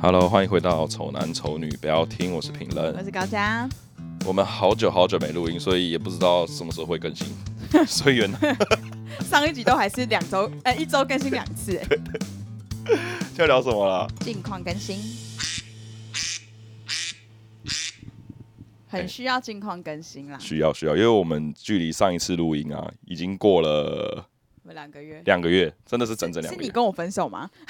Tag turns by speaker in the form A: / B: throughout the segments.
A: Hello，欢迎回到《丑男丑女》，不要听，我是评
B: 我
A: 论。
B: 是高嘉，
A: 我们好久好久没录音，所以也不知道什么时候会 更新，所以原来
B: 上一集都还是两周，呃，一周更新两次，哎
A: 要聊什么了？
B: 近况更新，很需要近况更新啦，
A: 需要需要，因为我们距离上一次录音啊，已经过了
B: 我们两个月，
A: 两个月，真的是整整两
B: 是
A: 个
B: 你
A: 月。
B: 跟我分手吗？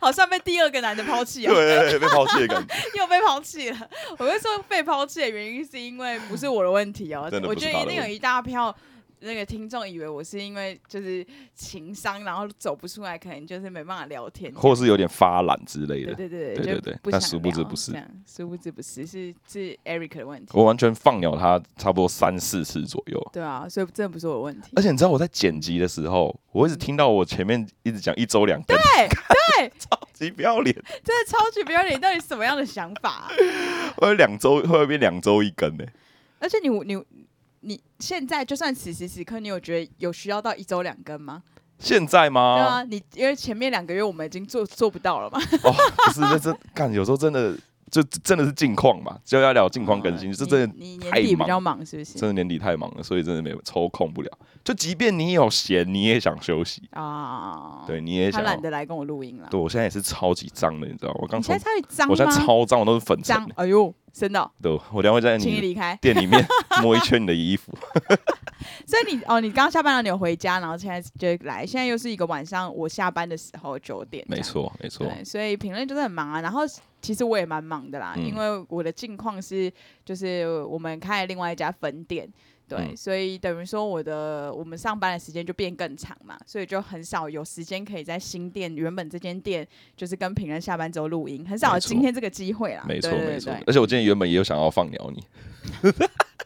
B: 好像被第二个男的抛弃
A: 对
B: 哦，
A: 对对，被抛弃的感觉。
B: 又被抛弃了。我会说被抛弃的原因是因为不是我的问题哦
A: 真，的
B: 我
A: 不是
B: 觉
A: 他
B: 得
A: 的
B: 一定有
A: 问
B: 一大票那个听众以为我是因为就是情商，然后走不出来，可能就是没办法聊天这 样，
A: 或是有点发懒之类
B: 对
A: 的。
B: 对对
A: 对
B: 就
A: 对对
B: 不
A: 但
B: 想
A: 殊不知
B: 聊
A: 不是
B: 这样殊不知不是，是是 Eric 的问题，
A: 我完全放鸟他差不多三四次左右，
B: 对啊，所以真的不是我的问题，
A: 而且你知道我在剪辑的时候，我一直听到我前面一直讲一周两 更，
B: 对，啊
A: 超级不要脸，
B: 哎真的超级不要脸，你到底什么样的想法啊、
A: 会不会两周会不会变两周一更呢、
B: 而且你你你现在就算此时此刻，你有觉得有需要到一周两更吗？
A: 现在吗？
B: 对啊，你因为前面两个月我们已经做做不到了嘛，
A: 哦，不是，那真干，有时候真的就真的是近况嘛，就要聊近况更新，
B: 哦
A: 就真的
B: 你你年
A: 太
B: 底比
A: 忙
B: 较忙是不是
A: 真？的年底太忙了，所以真的没有抽空不了。就即便你有闲，你也想休息，
B: 啊，
A: 对，你也
B: 他
A: 想
B: 懒
A: 要。
B: 得来跟我录音了。
A: 对我现在也是超级脏的，你知道吗，我刚
B: 你
A: 从
B: 现在超级脏
A: 我现在
B: 吗？
A: 超脏，我都是粉尘
B: 脏
A: 欸。，
B: 哎呦，真的哦，
A: 对，我等一下会在
B: 请你
A: 你
B: 离开。
A: 店里面摸一圈你的衣服。
B: 所以你哦，你刚下班了，你有回家，然后现在就来，现在又是一个晚上，我下班的时候九点，
A: 没，错，没错，
B: 对，所以评论就是很忙啊。然后其实我也蛮忙的啦，
A: 嗯
B: 因为我的近况是就是我们开了另外一家分店。对，
A: 嗯
B: 所以等于说我的我们上班的时间就变更长嘛，所以就很少有时间可以在新店原本这间店就是跟评论下班之后录音，很少有
A: 没错
B: 今天这个机会啦。
A: 没错，
B: 对对
A: 没错
B: 对对。
A: 而且我今天原本也有想要放鸟你。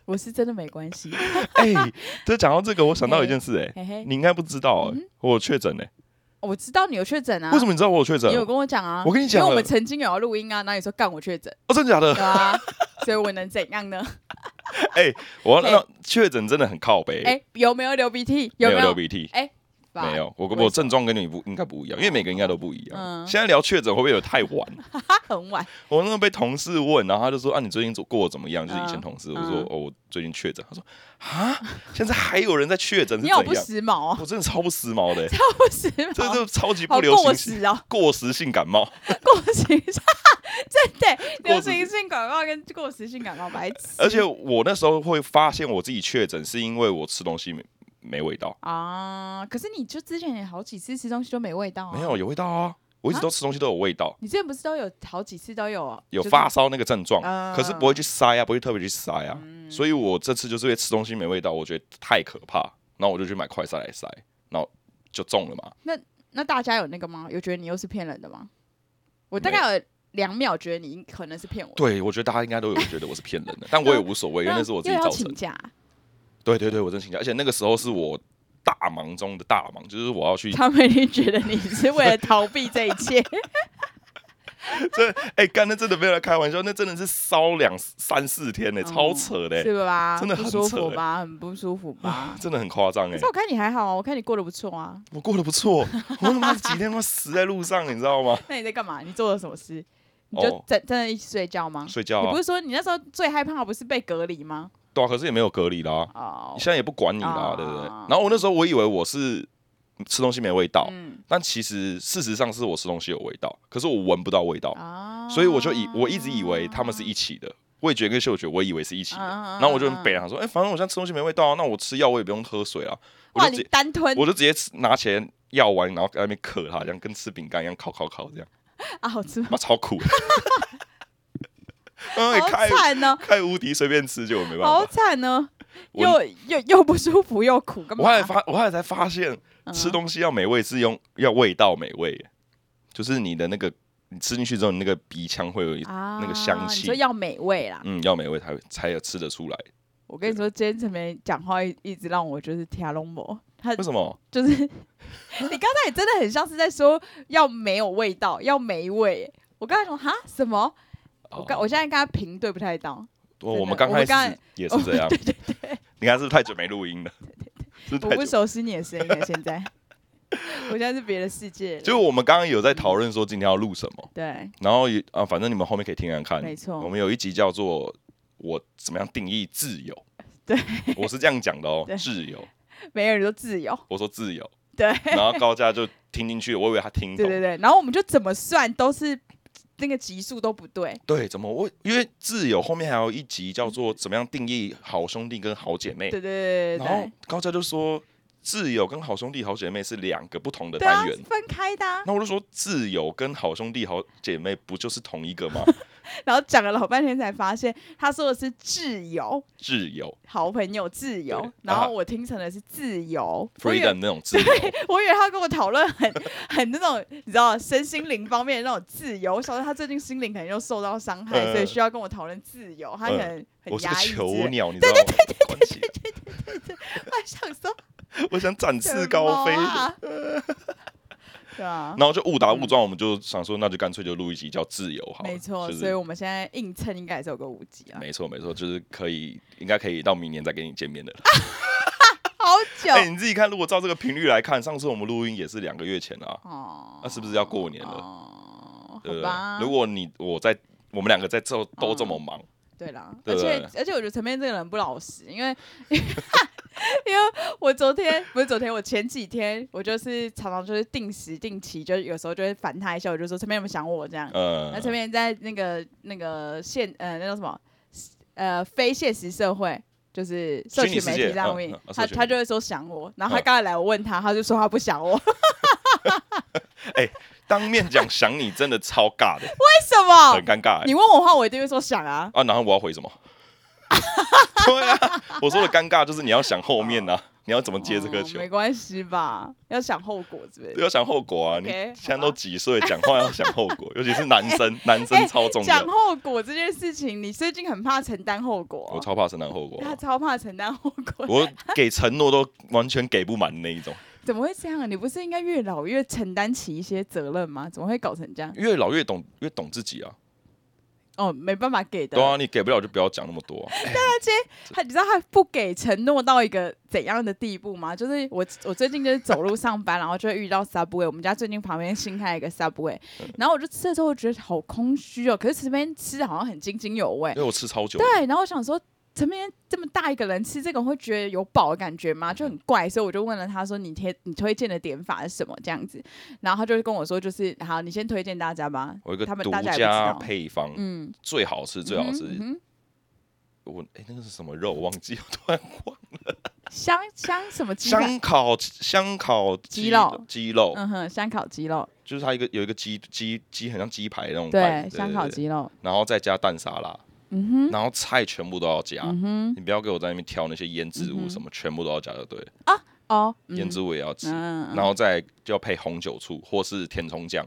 B: 我是真的没关系，
A: 哎，就讲到这个，我想到一件事， 哎，
B: 嘿嘿，
A: 你应该不知道，哎
B: 嗯，
A: 我有确诊呢。
B: 我知道你有确诊啊，
A: 为什么你知道我有确诊
B: 你？有跟我讲啊？
A: 我跟你
B: 因
A: 讲
B: 为我
A: 了
B: 们，曾经有要录音啊，那你说干我确诊，
A: 哦，真的假的？
B: 对啊，所以我能怎样呢？
A: 我要
B: 哎
A: 让确诊真的很靠北，
B: 哎、有没有流鼻涕？
A: 没
B: 没
A: 流
B: 有？
A: 鼻涕，
B: 吧
A: 没。有。我
B: 为
A: 跟
B: 什么
A: 我症状跟你不应该不一样，因为每个人应该都不一样。
B: 嗯
A: 现在聊确诊会不会有太晚？
B: 他很晚，
A: 我那时候被同事问，然后他就说：“啊，你最近做过得怎么样？”就是以前
B: 嗯
A: 同事，我
B: 嗯
A: 说：“哦，我最近确诊。”他说：“啊，现在还有人在确诊是
B: 你好不
A: 怎样
B: 时髦哦，
A: 我真的超不时髦的、 欸，
B: 超不时
A: 这
B: 髦，哦
A: 就超级
B: 好
A: 不流
B: 过
A: 行性
B: 时哦，
A: 过时性感冒。
B: 过时，真的
A: 过
B: 流
A: 时
B: 行性感冒跟过时性感冒白痴。
A: 而且我那时候会发现我自己确诊，是因为我吃东西没没味道，
B: 啊，可是你就之前也好几次吃东西都没味道啊，
A: 没有。有味道啊，我一直
B: 啊
A: 都吃东西都有味道，
B: 你之前不是都有好几次都有
A: 有
B: 就是
A: 发烧那个症状。
B: 啊嗯
A: 可是不会去塞啊，不会特别去塞啊，所以我这次就是因为吃东西没味道，我觉得太可怕，然后我就去买快塞来塞，然后就中了嘛。
B: 那大家有那个吗？有觉得你又是骗人的吗？我大
A: 没
B: 概有两秒觉得你可能是骗我的，
A: 对，我觉得大家应该都有觉得我是骗人的，但我也无所谓，因为那是我自己
B: 又
A: 造
B: 要
A: 成
B: 请
A: 的。
B: 假，
A: 对对对，我真请假，而且那个时候是我大忙中的大忙，就是我要去，
B: 他们一定觉得你是为了逃避这一切。
A: 哎，干，那真的没有来开玩笑，那真的是烧两三四天呢、超扯 的欸、
B: 哦是吧？
A: 真的很
B: 不
A: 扯欸
B: 舒服吧？很不舒服吧？
A: 真的很夸张哎
B: 可是。我看你还好啊，我看你过得不错啊。
A: 我过得不错， 我他妈几天他妈死在路上，你知道吗？
B: 那你在干嘛？你做了什么事？你
A: 哦
B: 就真真的一起睡觉吗？
A: 睡觉
B: 你不
A: 啊，
B: 是说你那时候最害怕不是被隔离吗？
A: 对啊，可是也没有隔离啦、
B: 哦
A: 你，现在也不管你啦、
B: 啊
A: 对不对？然后我那时候我以为我是吃东西没味道，
B: 嗯
A: 但其实事实上是我吃东西有味道，可是我闻不到味道，
B: 啊
A: 哦所以我就以我一直以为他们是一起的，味觉跟嗅觉我以为是一起的，
B: 啊
A: 然后我就很北然说，哎、反正我现在吃东西没味道、啊，那我吃药我也不用喝水啊，我
B: 哇，
A: 就直
B: 你
A: 接
B: 单吞
A: 我就直接吃拿起来药丸，然后在那边嗑它，这样跟吃饼干一样烤烤烤这样，
B: 啊，好吃吗？
A: 妈超 苦的，哎、
B: 好
A: 开
B: 惨哦，
A: 开无敌随便吃就没办法
B: 好，惨哦，
A: 我
B: 又又又不舒服又苦，干嘛？
A: 我后来发，我后来才发现，
B: 嗯
A: 吃东西要美味是用要味道美味耶，就是你的那个你吃进去之后，你那个鼻腔会有一
B: 啊
A: 那个香
B: 你
A: 气
B: 说要美味啦。
A: 嗯要美味才会才有吃得出来。
B: 我跟你说，今天陈梅讲话一一直让我就是跳龙膜，他
A: 为什么？
B: 就是 你刚才也真的很像是在说要没有味道，要没味。我刚才说哈什么？我刚、
A: 哦
B: 我现在跟他评对不太到，
A: 我
B: 真的
A: 我们刚
B: 我
A: 开
B: 们
A: 始
B: 刚
A: 也是 这样。对对对，你看是不是太久没录音了？是不
B: 我
A: 是太
B: 不
A: 久。
B: 熟悉你的声音了。现在我现在是别的世界了。
A: 就是我们刚刚有在讨论说今天要录什么，
B: 对，
A: 然后也啊，反正你们后面可以听看看。
B: 没错
A: 我们有一集叫做“我怎么样定义自由”，
B: 对，
A: 我是这样讲的哦
B: 对，
A: 自由，
B: 每个人都自由。
A: 我说自由，
B: 对，
A: 然后高价就听进去，我以为他听嗯
B: 对
A: 懂，
B: 对对，然后我们就怎么算都是那个级数都不对。
A: 对，怎么我因为自由后面还有一集叫做怎么样定义好兄弟跟好姐妹
B: 对，对对对
A: 然后
B: 对
A: 高嘉就说自由跟好兄弟好姐妹是两个不同的
B: 对，对啊
A: 单元，，
B: 分开的、啊。
A: 那我就说自由跟好兄弟好姐妹不就是同一个吗？
B: 然后讲了老半天才发现，他说的是自由，
A: 自由
B: 好朋友自由
A: 对，
B: 然
A: 啊
B: 后我听成的是自由。 我以为
A: ，freedom 那种自由，
B: 我以为他跟我讨论很很那种，你知道身心灵方面的那种自由。我想说他最近心灵可能又受到伤害，
A: 嗯
B: 所以需要跟我讨论自由。他可能很
A: 我是个
B: 压抑之
A: 囚
B: 类的。
A: 鸟，你知道吗？关起来
B: 我还想说
A: 我想展翅高飞。
B: 什 么啊 对啊
A: 然，后就误打误撞，我们就想说，那就干脆就录一集叫《自由》好了。
B: 没错，
A: 就是
B: 所以我们现在硬撑应该也是有个五级啊，
A: 没错没错，就是可以，应该可以到明年再跟你见面的了。
B: 好久
A: 哎、你自己看，如果照这个频率来看，上次我们录音也是两个月前啊，
B: 哦。
A: 那是不是要过年了？
B: 哦，
A: 对不
B: 好
A: 对
B: 吧。？哦
A: 如果你我在我们两个在这都这么忙，
B: 对啦，
A: 对
B: 而
A: 不
B: 且
A: 对
B: 而且我觉得陈面这个人不老实，因为 因为我昨天不是昨天，我前几天我就是常常就是定时定期，就是有时候就会烦他一下，我就说陈面有没有想我这样。
A: 呃
B: 那，陈面在那个那个现呃那叫什么呃非现实社会。就是社
A: 虚拟
B: 群
A: 世
B: 媒
A: 界
B: 体上
A: 嗯
B: 面
A: 嗯，啊
B: 他
A: 社群
B: 他
A: 媒体
B: 就会说想我，然后他
A: 嗯
B: 刚才来我问他，他就说他不 想我，为
A: 当面讲想你真的超尬 的，
B: 什么
A: 很？尴尬、欸
B: 你。问我的话，我一定会说想啊。
A: 啊，然后我要回 什么？对啊，我说的尴尬就是你要想后面啊，你要怎么接这个
B: 哦
A: 球？
B: 没关系吧？要想后果之类的。
A: 要想后果啊！你
B: OK，
A: 现在
B: 好吧
A: 都几岁，讲话要想后 果，尤其是男生，男
B: 哎
A: 生超重
B: 讲
A: 要。
B: 后果这件事情，你最近很怕承担后果、
A: 我超怕承担后果，啊
B: 他超怕承担后果，
A: 我给承诺都完全给不满那一种。
B: 怎么会这样啊？你不是应该越老越承担起一些责任吗？怎么会搞成这样？
A: 越老越懂，越懂自己啊。
B: 哦，没办法给的。
A: 对啊，你给不了就不要讲那么多啊。
B: 他你知道他不给承诺到一个怎样的地步吗？就是我我最近就是走路上班，然后就会遇到 Subway，我们家最近旁边新开一个 Subway，然
A: 嗯
B: 后我就吃了之后我觉得好空虚哦，可是这边吃的好像很津津有味
A: 因，为我吃超久，
B: 对，然后我想说，陈明这么大一个人吃这个会觉得有饱的感觉吗？
A: 嗯
B: 就很怪，所以我就问了他说：“你推你推荐的点法是什么？”这样子，然后他就跟我说：“就是好，你先推荐大家吧。
A: 我有一个
B: 他们
A: 独
B: 大家也不知
A: 家
B: 道
A: 配方，
B: 嗯”
A: 最好吃，最好吃。
B: 嗯哼
A: 我哎，那个是什么肉？我忘记了，突然忘。
B: 香香什么鸡排？
A: 香烤香烤
B: 鸡肉
A: 鸡肉，
B: 嗯哼，香烤鸡肉，
A: 就是它一个有一个鸡鸡鸡，很像鸡排那种饭。
B: 对，香烤
A: 对，对
B: 鸡肉，
A: 对然后再加蛋沙拉，
B: 嗯哼，
A: 然后菜全部都要加。
B: 嗯哼，
A: 你不要给我在那边挑那些腌制
B: 嗯
A: 物
B: 哼
A: 什么，全部都要加就对了。
B: 哦，嗯
A: 啊腌制物也要吃，
B: 嗯，
A: 然后再就要配红酒醋或是甜葱酱。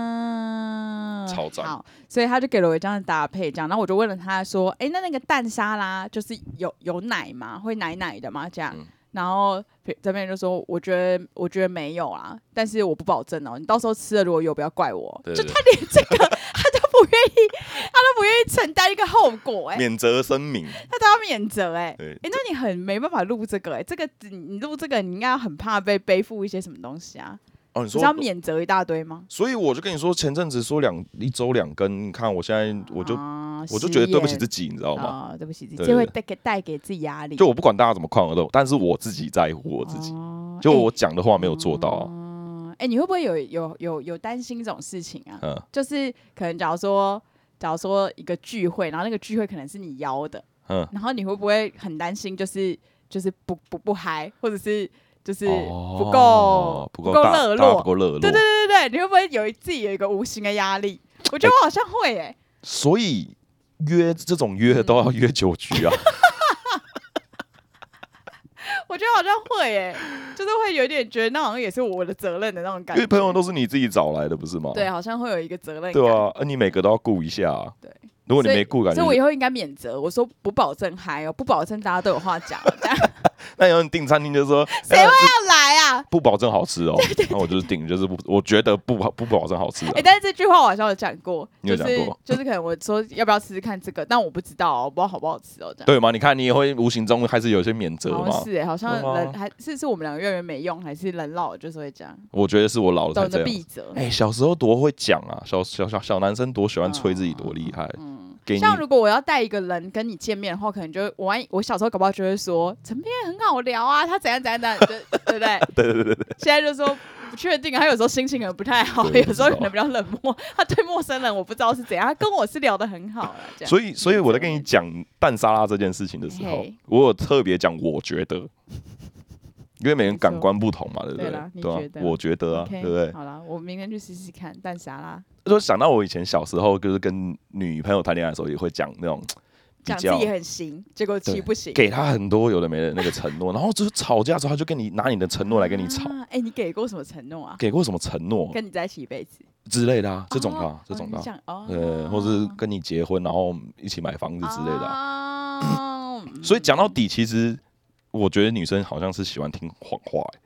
B: 嗯，
A: 超赞
B: 好，所以他就给了我这样的搭配，这样，然后我就问了他说：“哎、那那个蛋沙拉就是有有奶吗？会奶奶的吗？”这样，
A: 嗯
B: 然后呃这边就说：“我觉得我觉得没有啊，但是我不保证哦，你到时候吃了如果有，不要怪我。”
A: 对
B: 就
A: 对对
B: 他连这个 他都不愿意，他都不愿意承担一个后果、哎，
A: 免责声明，
B: 他都要免责、哎。
A: 对，
B: 哎、那你很没办法录这个哎、这个你你录这个，你应该很怕被背负一些什么东西啊？
A: 哦，你
B: 你是
A: 说
B: 要免责一大堆吗？
A: 所以我就跟你说，前阵子说两一周两更，你看我现在我就、
B: 啊
A: 我就觉得对不起
B: 失言
A: 自己，你知道吗？
B: 哦，对不起，自己，
A: 对
B: 这
A: 对
B: 会
A: 对
B: 带给带给自己压力。
A: 就我不管大家怎么看我都，但是我自己在乎我
B: 我
A: 自己，
B: 哦、
A: 就
B: 哎
A: 我讲的话没有做到啊、
B: 哦哎、你会不会有有有有担心这种事情啊？
A: 嗯
B: 就是可能假如说，假如说一个聚会，然后那个聚会可能是你邀的，
A: 嗯，
B: 然后你会不会很担心、就是，就是不不不嗨，或者是就是不够、
A: 哦不
B: 够
A: 够大
B: 热
A: 大家
B: 络
A: 不？够热络，
B: 对对对对对，你会不会有一自己有一个无形的压力？我觉得我好像会哎、
A: 所以约这种约都要约酒局啊，
B: 嗯我觉得好像会哎、就是会有点觉得那好像也是我的责任的那种感
A: 因
B: 觉
A: 为。朋友都是你自己找来的，不是吗？
B: 对，好像会有一个责任感。
A: 哦对啊，呃你每个都要顾一下、啊。
B: 对，
A: 如果你
B: 所以
A: 没顾，感
B: 所以我以
A: 觉
B: 后应该免责。我说不保证嗨哦，不保证大家都有话讲哦，这样
A: 那有人订餐厅就说，
B: 谁
A: 哎呀
B: 会
A: 这
B: 要来 啊？
A: 不保证好吃 哦？那我就是订，就是不，我觉得不保不保证好吃啊
B: 哎、。但是这句话我好像有讲过，
A: 你有
B: 就
A: 讲
B: 是
A: 过
B: 就是可能我说要不要试试看这个，但我不知道、哦，我不知道好不好吃哦，这样。
A: 对嘛？你看你也会无形中还是有一些免啊责
B: 好像
A: 嘛？
B: 是哎、好像
A: 真的吗
B: 人还是是我们两个越来越没用，还是人老了就是会这样，
A: 我觉得是我老了才
B: 懂
A: 这
B: 得
A: 样。
B: 避责。
A: 哎，小时候多会讲啊，小小小小男生多喜欢吹自己多厉害，
B: 嗯，
A: 给你
B: 像如果我要带一个人跟你见面的话，可能就我万一我小时候搞不好就会说陈片很好聊啊，他怎样怎样怎样，就对不对？
A: 对对对对对，
B: 现在就说不确定，啊他有时候心情可能不太好，
A: 对
B: 有时候
A: 不知道
B: 可能比较冷漠。他对陌生人我不知道是怎样，他跟我是聊得很好啦这样。
A: 所以所以我在跟你讲蛋沙拉这件事情的时候
B: 嘿，
A: 我有特别讲，我觉得，因为每人感官不同嘛，对不
B: 对啦你
A: 对？
B: 觉
A: 对啊，
B: 得
A: 我觉得啊，
B: OK，
A: 对不对？
B: 好啦，我明天去试试看蛋沙拉，
A: 就想到我以前小时候，就是跟女朋友谈恋爱的时候，也会讲那种比
B: 讲自
A: 较
B: 己很行，结果其实
A: 对
B: 不行。
A: 给她很多有的没的那个承诺，然后就是吵架之后，她就跟你拿你的承诺来跟你吵，
B: 啊哎、你给过什么承诺啊？
A: 给过什么承诺
B: 跟你在一起一辈子，
A: 之类的啊，这种的啊
B: 哦，
A: 这种的
B: 哦你
A: 啊，
B: 讲哦，
A: 呃，或是跟你结婚，然后一起买房子之类的啊。
B: 啊。
A: 所以讲到底，其实我觉得女生好像是喜欢听谎话欸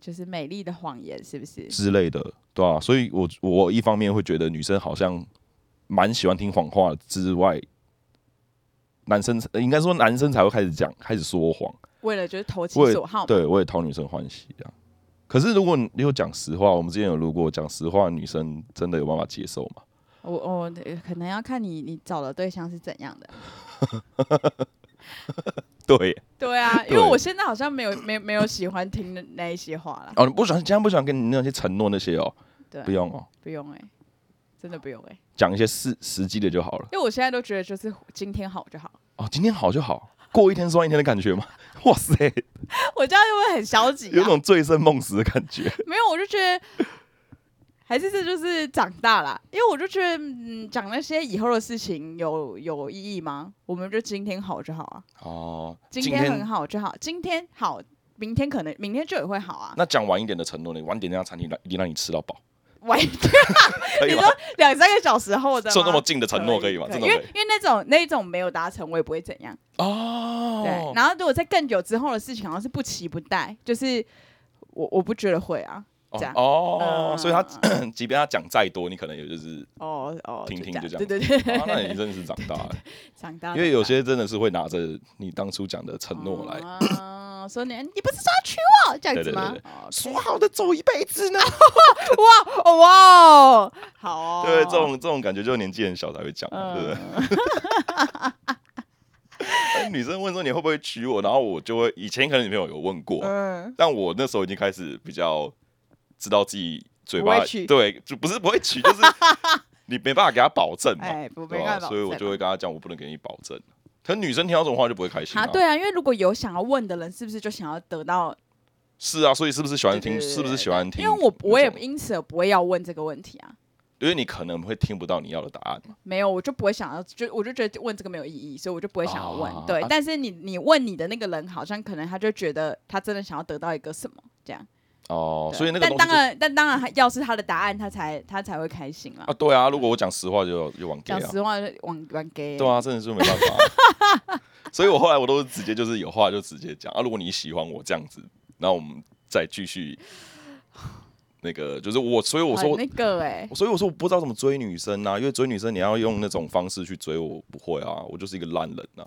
B: 就是美丽的谎言，是不是？
A: 之类的，对吧、所以我我一方面会觉得女生好像蛮喜欢听谎话之外，男生呃应该说男生才会开始讲，开始说谎。
B: 为了就是投其
A: 为
B: 所好嘛，
A: 对，我也讨女生欢喜啊。可是如果你有讲实话，我们之前有如果讲实话，女生真的有办法接受吗？
B: 我我可能要看你你找的对象是怎样的。
A: 对，
B: 对啊，因
A: 对
B: 为我现在好像没有没有没有喜欢听的那一些话了。
A: 哦，你不喜欢，现在不喜欢跟你那些承诺那些哦，
B: 对，
A: 不用哦，
B: 不用哎、真的不用哎、
A: 讲一些事实际的就好了。
B: 因为我现在都觉得就是今天好就好，
A: 哦，今天好就好，过一天算一天的感觉吗？ 哇塞，
B: 我这样就会很消极、
A: 有
B: 啊。
A: 种醉生梦死的感觉。
B: 没有，我就觉得。还是这就是长大啦，因为我就觉得，嗯，讲那些以后的事情有有意义吗？我们就今天好就好啊，
A: 哦，
B: 今天很好就好，今天好，明天可能明天就也会好啊。
A: 那讲晚一点的承诺呢？晚点那家餐厅让一定让你吃到饱，
B: 晚
A: 可以
B: 你
A: 吗？
B: 说两三个小时后的吗
A: 做那么近的承诺可以吗？
B: 因
A: 真的
B: 为因
A: 可以
B: 为那种那种没有达成，我也不会怎样。对
A: 哦，。
B: 然后如果在更久之后的事情，好像是不期不待，就是我我不觉得会啊。这样
A: 哦，
B: 嗯
A: 所以他 即便他讲再多，你可能也就是，
B: 哦哦，
A: 听听
B: 就
A: 就
B: 样对对
A: 啊那你
B: 对，
A: 真的是长大了，
B: 长大了
A: 因为有些真的是会拿着你当初讲的承诺来
B: 哦，说你你不是说要娶我这样子吗
A: 对对？
B: 哦
A: 说好的走一辈子呢？
B: 哇哦哇哦，好哦，
A: 对，这种这种感觉就是年纪很小才会讲嘛，对不对？
B: 嗯，
A: 哎女生问说你会不会娶我，然后我就会，以前可能女朋友有问过，
B: 嗯，
A: 但我那时候已经开始比较知道自己嘴
B: 不
A: 巴
B: 会娶
A: 对，就不是不会娶， 就是你没办法给他保证嘛，
B: 哎，不
A: 对
B: 没
A: 吧？
B: 办法，
A: 所以我就会跟他讲，我不能给你保证。可女生听到这种话就不会开心
B: 啊，对啊，因为如果有想要问的人，是不是就想要得到
A: 是啊，所以是不是喜欢听？
B: 对对对对
A: 是不是喜欢听？
B: 因为我我也
A: 那种
B: 因此而不会要问这个问题啊，
A: 因为你可能会听不到你要的答案嘛。
B: 没有，我就不会想要，就我就觉得问这个没有意义，所以我就不会想要问。
A: 啊
B: 对，
A: 啊
B: 但是你你问你的那个人，好像可能他就觉得他真的想要得到一个什么这样。
A: 哦，
B: 对啊
A: 所以那个
B: 但
A: 东西
B: 当
A: 就
B: 然，但当然，要是他的答案，他才他才会开心啦
A: 啊，。对啊，如果我讲实话就就往给
B: 讲
A: 啊，
B: 实话，玩玩 gay，
A: 对啊，真的是没办法。 所以我后来我都是直接就是有话就直接讲啊，如果你喜欢我这样子，然后我们再继续那个，就是我，所以我说
B: 很那个哎、
A: 所以我说我不知道怎么追女生啊，因为追女生你要用那种方式去追我，我不会啊，我就是一个烂人啊，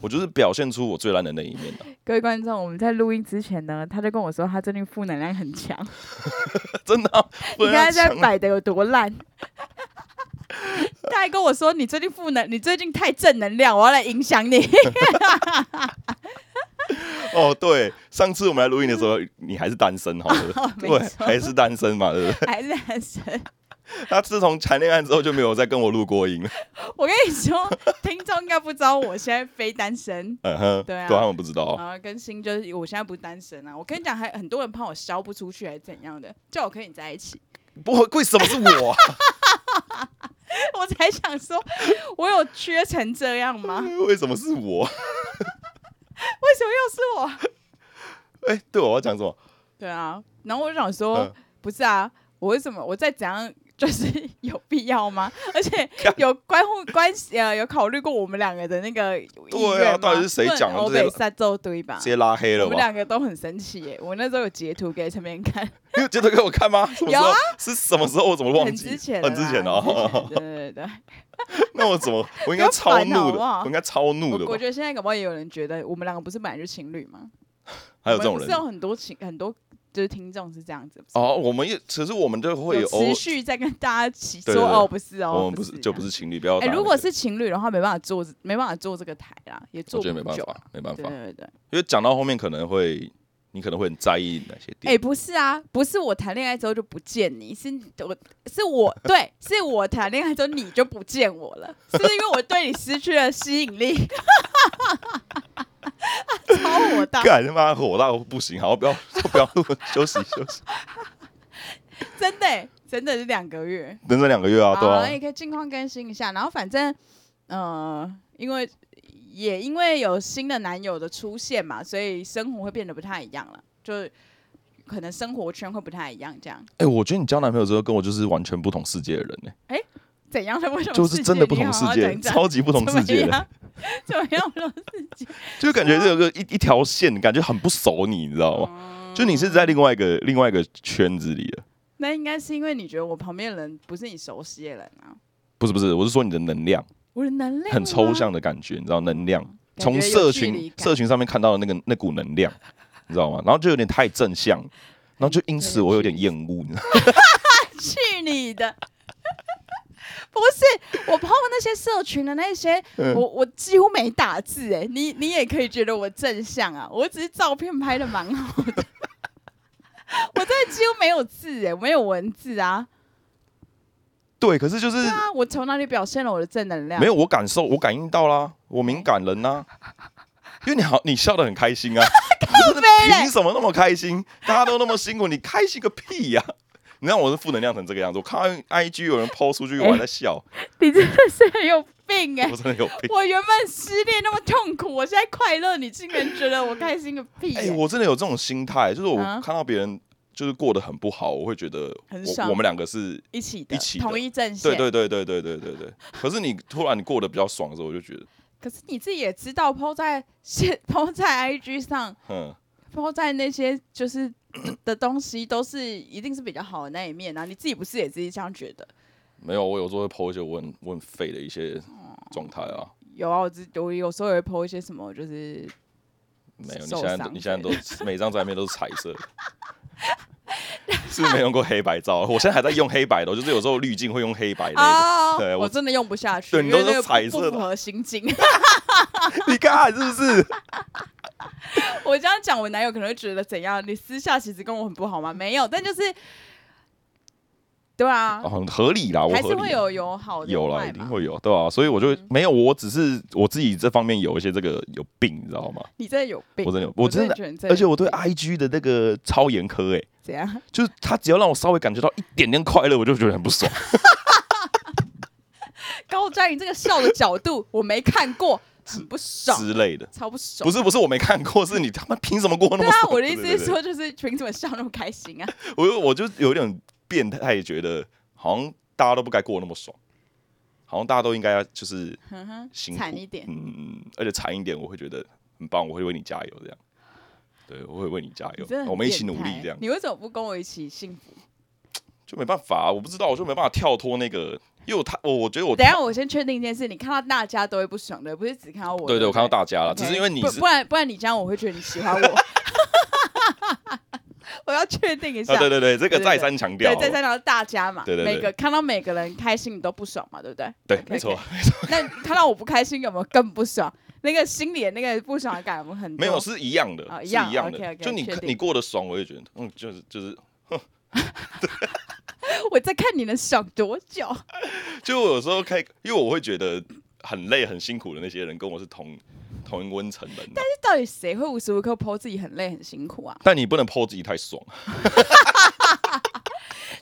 A: 我就是表现出我最烂的那一面啊，
B: 各位观众，我们在录音之前呢，他就跟我说他最近负能量很强，
A: 真的啊、不
B: 你
A: 能这样
B: 看他现在
A: 讲啊
B: 摆的有多烂。他还跟我说：“你最近负能，你最近太正能量，我要来影响你。
A: 哦，对，上次我们来录音的时候，你还是单身，好了，
B: 哦没
A: 对，
B: 错
A: 还是单身嘛，对不”对？
B: 还是很神。
A: 他自从谈恋爱之后就没有再跟我录过音了，
B: 我跟你说，听众应该不知道我现在非单身，
A: 嗯哼，
B: 对啊
A: 他们不知道，
B: 然后跟新就是我现在不单身啊。我跟你讲，还很多人怕我销不出去，还是怎样的，叫我跟你在一起，
A: 不会，为什么是我啊？
B: 我才想说，我有缺成这样吗？为
A: 为什么是我？
B: 啊什么又是我？
A: 哎、对，我要讲什么？
B: 对啊，然后我就想说，
A: 嗯
B: 不是啊，我为什么我再怎样就是 有必要吗？而且有关乎关系呃，有考虑过我们两个的那个意
A: 对啊
B: 愿吗
A: 到底是谁讲的
B: 不能
A: 这些
B: 欧北三周堆吧
A: 直？接拉黑
B: 啊我
A: 了
B: 们
A: 吧？
B: 两个都很生气耶！我那时候有截图给陈明看，
A: 你有截图给我看吗？什么时
B: 有
A: 候
B: 啊？
A: 是什么时候？我怎么 忘
B: 很
A: 记？
B: 之前的啦，
A: 很之前的
B: 很
A: 哦
B: 之。前 对对对。
A: 那我怎么？我应该
B: 不要
A: 超
B: 烦
A: 怒
B: 好
A: 的，
B: 不好
A: 我应该超怒的
B: 我我
A: 吧？
B: 觉得现在搞不好也有人觉得我们两个不是本来就情侣吗？
A: 还有
B: 我
A: 这
B: 们
A: 种
B: 不
A: 人
B: 是有很多情很多就是听众是这样子，不是
A: 哦，我们也其实我们就会
B: 有
A: 偶尔
B: 持，续在跟大家起
A: 对
B: 说
A: 对对
B: 哦，不是哦，
A: 我们不是就不
B: 这样。
A: 是情侣，不要打
B: 哎、
A: 那个。
B: 如果是情侣的话，没办法做，没办法做这个台啦，也
A: 我
B: 做
A: 觉得
B: 不
A: 没办
B: 久
A: 法
B: 啊。，
A: 没办
B: 对
A: 法，
B: 对对，
A: 因为讲到后面可能会，你可能会很在意哪些
B: 哎、
A: 点。
B: 不是啊，不是我谈恋爱之后就不见你，是我是我对，是我谈恋爱之后你就不见我了，是不是因为我对你失去了吸引力？ 超火大，
A: 干他妈火到不行，好不要不要录了， 休息休息，
B: 真的、欸真的是两个月。
A: 等这两个月啊，对
B: 好，
A: 啊
B: 也，可以近况更新一下。然后反正，呃，因为也因为有新的男友的出现嘛，所以生活会变得不太一样了，就可能生活圈会不太一样。这样
A: 哎、我觉得你交男朋友之后跟我就是完全不同世界的人呢、
B: 怎样的不同世界？
A: 就是真的不同世界，
B: 你好好
A: 超级不
B: 讲
A: 同世界的，，
B: 怎么样 怎么样 不同世界？
A: 就感觉这有个一一条线，感觉很不熟你，你知道吗？就你是在另外一个另外一个圈子里的，
B: 那应该是因为你觉得我旁边的人不是你熟悉的人啊，
A: 不是不是，我是说你的能量
B: 我的能量
A: 很抽
B: 吗，
A: 象的感觉，你知道能量
B: 啊感
A: 从
B: 觉有
A: 社
B: 距离
A: 群
B: 感
A: 社群上面看到的那个那股能量，你知道吗？然后就有点太正向，然后就因此我有点厌恶，你知道吗？
B: 去你的！ 不是我碰那些社群的那些，
A: 嗯
B: 我我几乎没打字哎、你你也可以觉得我正向啊，我只是照片拍的蛮好的， 我真的几乎没有字哎、没有文字啊，
A: 对，可是就是
B: 对啊，我从哪里表现了我的正能量？
A: 没
B: 有，
A: 有我感受，我感应到
B: 哎
A: 啦，我敏感人呐、因为你好，你笑得很开 心啊，我真的凭什么那么开心？大家都那么辛苦，你开心个屁呀、你让我是负能量成这个样子，我看到 IG 有人抛出去，
B: 哎
A: 我还在笑，
B: 你真的是很有病哎、
A: 我真的有病。
B: 我原本失恋那么痛苦，我现在快乐，你竟然觉得我开心个屁、
A: 哎、
B: 欸！
A: 我真的有这种心态，就是我
B: 啊
A: 看到别人就是过得很不好，我会觉得
B: 很
A: 我
B: 爽
A: 我们两个是
B: 一起的，
A: 一起的
B: 同一阵线。
A: 对对对对对对对对。可是你突然你过得比较爽的时候，我就觉得，
B: 可是你自己也知道，PO 在现 PO 在 IG 上
A: 嗯，
B: ，PO 在那些就是的的东西，都是一定是比较好的那一面啊。你自己不是也自己这样觉得？
A: 没有，我有时候会抛一些我很我很废的一些
B: 哦
A: 状态啊。
B: 有啊，我自我有时候也会 PO 一些什么，就是
A: 没有，你
B: 受
A: 现在都
B: 伤
A: 你现在都每张照片都是彩色的，是不是没用过黑白照？我现在还在用黑白的，我就是有时候滤镜会用黑白的那种。
B: 啊
A: 对，我
B: 我真的用不下去，
A: 对
B: 因
A: 你
B: 为
A: 都是
B: 那个不
A: 彩色的
B: 不符合心境。
A: 你看啊是不是？
B: 我这样讲，我男友可能会觉得怎样？你私下其实跟我很不好吗？没有，但就是，对啊，
A: 哦很合理啦，我
B: 还
A: 合
B: 是会
A: 理。啊
B: 有有好的
A: 有啦，
B: 坏
A: 一定
B: 嘛
A: 会有，对吧、啊所以我就
B: 嗯
A: 没有，我只是我自己这方面有一些这个有病，你知道吗？
B: 你真的有病，
A: 我真的有，我真的，
B: 觉得你真的
A: 而且我对
B: 有病
A: IG 的那个超严苛、欸，哎，
B: 怎样？
A: 就是他只要让我稍微感觉到一点点快乐，我就觉得很不爽。
B: 高佳颖这个笑的角度我没看过，很不爽，
A: 之类的。
B: 超不爽。
A: 不是不是，我没看过，是你他妈凭什么过那
B: 对
A: 么
B: 啊，
A: 爽？
B: 我的意思
A: 对
B: 是，说，就是凭什么笑那么 开心啊？
A: 对对我我就有点变态，觉得好像大家都不该过那么爽，好像大家都应该要就是
B: 哼嗯哼
A: 辛，苦
B: 惨一点。
A: 嗯，而且惨一点，我会觉得很棒，我会为你加油这样。对，我会为你加
B: 你
A: 油
B: 真的，很
A: 哎我们一起努
B: 变态欸
A: 力这样，
B: 你为什么不跟我一起幸福？
A: 就没办法、啊我不知道，我就没办法跳脱那个，因为我太我我觉得我
B: 等一下我先确定一件事，你看到大家都会不爽的，不是只看到我。
A: 对对，
B: 对，
A: 我看到大家了，
B: OK，
A: 只是因为你
B: 不
A: 是
B: 不然不然你这样我会觉得你喜欢我。 我要确定一下
A: 啊，，对对对，这
B: 对
A: 个
B: 对
A: 再三强调
B: 对，，再加上大家嘛，
A: 对对对
B: 每个看到每个人开心，你都不爽嘛，对不对？
A: 对，
B: OK，
A: 没错
B: OK，那看到我不开心，有没有更不爽？那个心里的那个不爽的感，有没有很多
A: 没有是一样的，
B: 哦
A: 是
B: 一
A: 一
B: 样
A: 样的，
B: OK，OK，
A: 就你
B: 确定
A: 你过得爽，我也觉得，嗯，就是就是
B: 我在看你能爽多久？哎
A: 就我有时候开，因为我会觉得很累、很辛苦的那些人，跟我是同同一温层人啊、但
B: 这到底谁会无时无刻 PO 自己很累很辛苦啊？
A: 你不能剖自己太爽，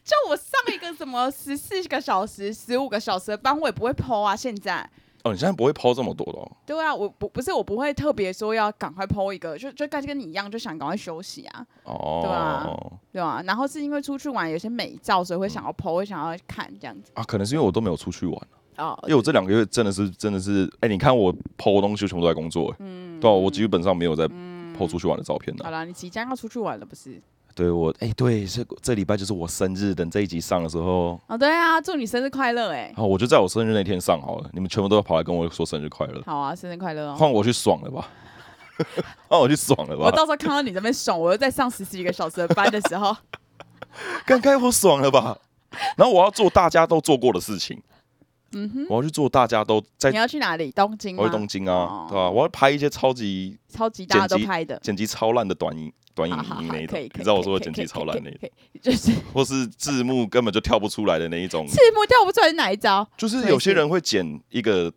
B: 就我上一个什么十四个小时、十五个小时的班，我也不会 PO 啊。现在
A: 哦，你现在不会抛这么多的、哦，
B: 对啊，我不不是我不会特别说要赶快 PO 一个，就就跟跟你一样，就想赶快休息啊，
A: 哦，
B: 对啊对吧、然后是因为出去玩有些美照，所以会想要 PO，会想要看这样子。
A: 啊可能是因为我都没有出去玩，啊
B: 哦，
A: 因为我这两个月真的是真的是，哎、你看我抛东西全部都在工作、哎
B: 嗯
A: 对啊、我基本上没有在抛出去玩的照片的、啊
B: 好了，你即将要出去玩了，不是？
A: 对我，哎、对，这这礼拜就是我生日，等这一集上的时候，
B: 哦，对啊，祝你生日快乐哎、
A: 好，我就在我生日那天上好了，你们全部都要跑来跟我说生日快乐，
B: 好啊，生日快乐哦！
A: 换我去爽了吧， 换我去爽了
B: 我
A: 吧，
B: 到时候看到你这边爽，我又在上十几个小时的班的时候，
A: 该该我爽了 吧，然后我要做大家都做过的事情，
B: 嗯哼，
A: 我要去做大家都 在
B: 你，要去哪里？东京
A: 我
B: 吗
A: 去？东京啊
B: 哦，
A: 对吧、我要拍一些超级
B: 超级大家都
A: 剪辑
B: 拍的，
A: 剪辑超烂的短影短影
B: 好好好
A: 音那一
B: 可
A: 种，
B: 以
A: 你
B: 可以
A: 知道我说
B: 可
A: 的剪
B: 以可以
A: 辑超烂那一种，
B: 可以可以就是
A: 或是字幕根本就跳不出来的那一种，
B: 字幕跳不出来是哪一招？
A: 就是有些人会剪一个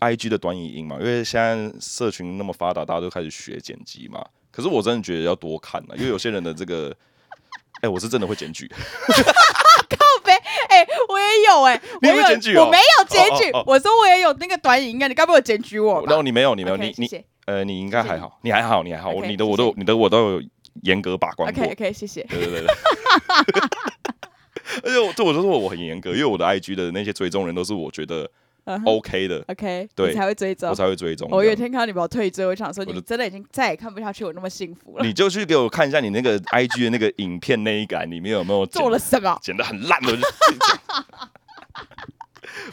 A: IG 的短影音嘛，因为现在社群那么发达，大家都开始学剪辑嘛。可是我真的觉得要多看了，因为有些人的这个，哎、我是真的会检举，
B: 哎、 我也有哎、我
A: 你有
B: 有
A: 检举哦
B: 我没有检举，
A: 哦哦哦
B: 我说我也有那个短影啊，你该不会有检举我吧
A: 然？后你没有，你没有
B: OK，
A: 你你
B: 谢谢
A: 呃，你应该
B: 谢谢
A: 还好，你还好，你还好，我
B: OK，
A: 你的
B: 谢
A: 我都有
B: 谢
A: 你的我都有严格把关过
B: OK，OK，谢谢。
A: 对对 对对。而且我对我就说我很严格，因为我的 IG 的那些追踪人都是我觉得
B: 嗯哼
A: OK 的，
B: OK，
A: 对
B: 你才会追踪
A: 我。才会追踪。
B: 我
A: 这
B: 有一
A: 样
B: 天看到你把我退追，我想说
A: 我
B: 你
A: 就
B: 真的已经再也看不下去我那么幸福了。
A: 你就去给我看一下你那 个 IG 的那个影片那一感里面有没有剪
B: 做了什么？
A: 剪的很烂的，我就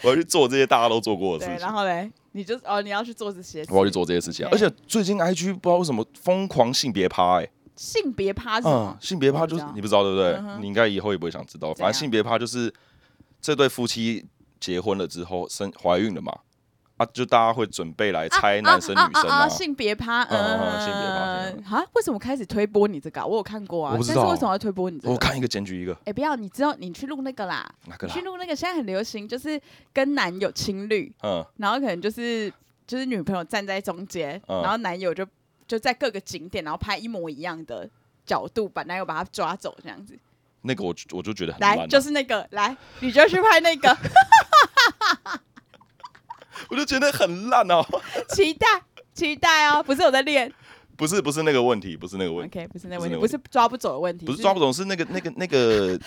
A: 我要去做这些大家都做过的
B: 对，
A: 事情
B: 然，后嘞，你就哦，你要去做这些事，
A: 我要去做这些事情啊。而
B: 对
A: 且最近 IG 不知道为什么疯狂性别趴，哎，
B: 性别趴是
A: 嗯
B: 吗，？
A: 性别趴就是
B: 我不知道
A: 你不知道对不
B: 嗯
A: 对？
B: 哼
A: 你应该以后也不会想知道，
B: 怎
A: 反
B: 样
A: 正性别趴就是这对夫妻结婚了之后生怀孕了嘛，啊，就大家会准备
B: 啊
A: 来猜男生女生啊。
B: 性别趴，
A: 嗯嗯嗯性别趴
B: 嗯，啊，为什么开始推播你这个啊？我有看过啊，
A: 我不
B: 但
A: 知
B: 是
A: 道
B: 为什么要推播你这
A: 我
B: 个？
A: 看一个检举一个，
B: 哎，不要，你知道你去录那个啦，
A: 哪个
B: 你
A: 啦
B: 去？录那个现在很流行，就是跟男友情侣，
A: 嗯，
B: 然后可能就是就是女朋友站在中间，
A: 嗯
B: 然后男友就就在各个景点，然后拍一模一样的角度，把男友把他抓走这样子。
A: 那个我就我就觉得很烂
B: 来，
A: 啊，
B: 就是那个，来，你就去拍那个，
A: 我就觉得很烂哦。
B: 期待期待哦，不是我在练
A: 不是不是那个问题，不是那个问题，
B: ，OK，不是那
A: 不是
B: 问
A: 那
B: 题，
A: 个
B: 不哦是抓不走的问题，
A: 不是抓不懂，是那个那个那 个，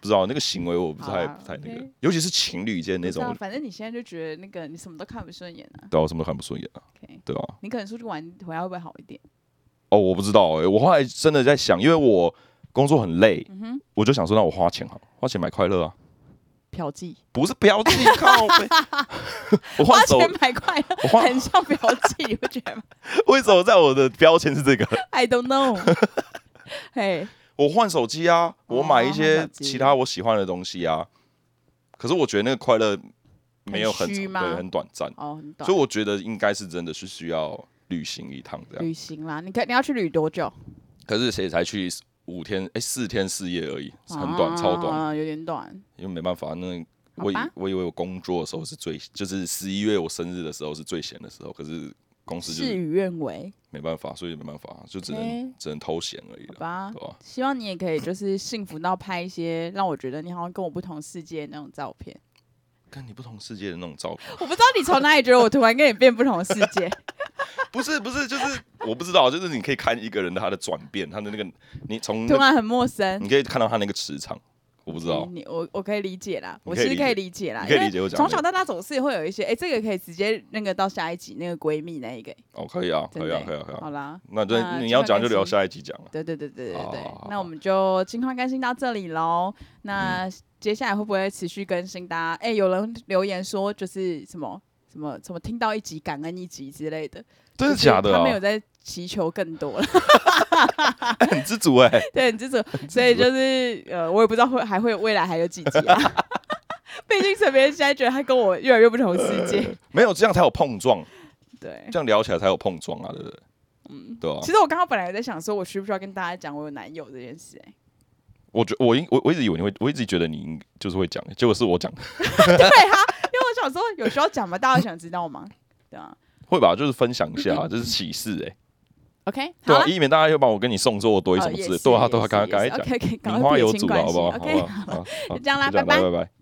A: 不知道那个行为我不太
B: 好啊
A: 不太那个
B: OK，
A: 尤其是情侣间那
B: 不知道
A: 种，
B: 反正你现在就觉得那个你什么都看不顺眼啊
A: 对啊，我什么都看不顺眼啊，
B: ，OK，
A: 对啊。
B: 你可能出去玩回来会不会好一点？
A: 哦，我不知道哎、我后来真的在想，因为我工作很累，
B: 嗯哼，
A: 我就想说，那我花钱好了，花钱买快乐啊，
B: 嫖妓，
A: 不是嫖妓靠背。 我
B: 花
A: 换手
B: 钱，买快乐，
A: 我换
B: 很像嫖妓，你不觉得吗
A: 为什么在我的标签是这 个？
B: ？I don't know，嘿，
A: 我换手机啊，我买一
B: 哦
A: 些
B: 换手机
A: 其他我喜欢的东西啊。可是我觉得那个快乐没有很
B: 很虚
A: 对，
B: 吗
A: 很短暂，
B: 哦，你懂
A: 所以。我觉得应该是真的是需要旅行一趟这样。
B: 旅行啦，你看你要去旅多久？
A: 可是谁才去五天？哎、四天四夜而已，很短，
B: 啊
A: 超短，，
B: 有点短。
A: 因为没办法，那我以
B: 好吧
A: 我以为我工作的时候是最，就是十一月我生日的时候是最闲的时候，可是公司就
B: 事
A: 是
B: 与愿违，
A: 没办法，所以没办法，就只能、
B: OK
A: 只能偷闲而已
B: 好
A: 了，
B: 吧
A: 对。吧？
B: 希望你也可以就是幸福到拍一些让我觉得你好像跟我不同世界那种照片。
A: 跟你不同世界的那种照片，
B: 我不知道你从哪里觉得我突然跟你变不同世界，
A: 不是不是，就是我不知道，就是你可以看一个人的他的转变，他的那个你从
B: 突
A: 那
B: 然很嗯陌生。
A: 你可以看到他那个磁场，嗯我不知道，
B: 你我我可以理解啦，
A: 你
B: 我
A: 可以
B: 其实
A: 理解
B: 可以理解啦，
A: 你可以
B: 因为
A: 理解我讲的
B: 从小到大总是会有一些，哎、这个可以直接那个到下一集那个闺蜜那一个，
A: 哦，可以啊，
B: 真
A: 可以
B: 的
A: 啊
B: 欸、，
A: 可以啊，可以啊，
B: 好啦，
A: 那对
B: 那
A: 你
B: 这
A: 要
B: 段
A: 讲
B: 感
A: 就留
B: 情
A: 下一集讲了。啊
B: 对对对对对对，
A: 好
B: 那我们就情况更新到这里喽。那
A: 嗯
B: 接下来会不会持续更新？大家哎、有人留言说就是什么什么什么听到一集感恩一集之类的，
A: 真的
B: 就是
A: 假的、啊？
B: 他们有在祈求更多了，
A: 很知足哎、
B: 对，你 这种，所以就是呃，我也不知道会还会有未来还有几集啊。 毕竟陈别人现在觉得他跟我越来越不同世界，
A: 没有这样才有碰撞，
B: 对。
A: 这样聊起来才有碰撞啊，对不对？嗯，对啊
B: 其。实我刚刚本来有在想说，我需不需要跟大家讲我有男友这件事、哎，
A: 我觉我应我我一直以为你会，我一直觉得你应就是会讲，结果是我讲，
B: 因为我想说有需要讲吗？大家想知道吗？对啊
A: 会吧？就是分享一下啊，这是启示哎、
B: ，OK，
A: 对
B: 好
A: 啊，
B: 啦，
A: 以免大家又把我跟你送作堆什么之类，对啊，对啊，赶快赶快讲，
B: ，OK OK，
A: 名花有主了，好不好？
B: OK，
A: 好吧，
B: 就这样啦
A: 就这样
B: 拜拜
A: 拜拜。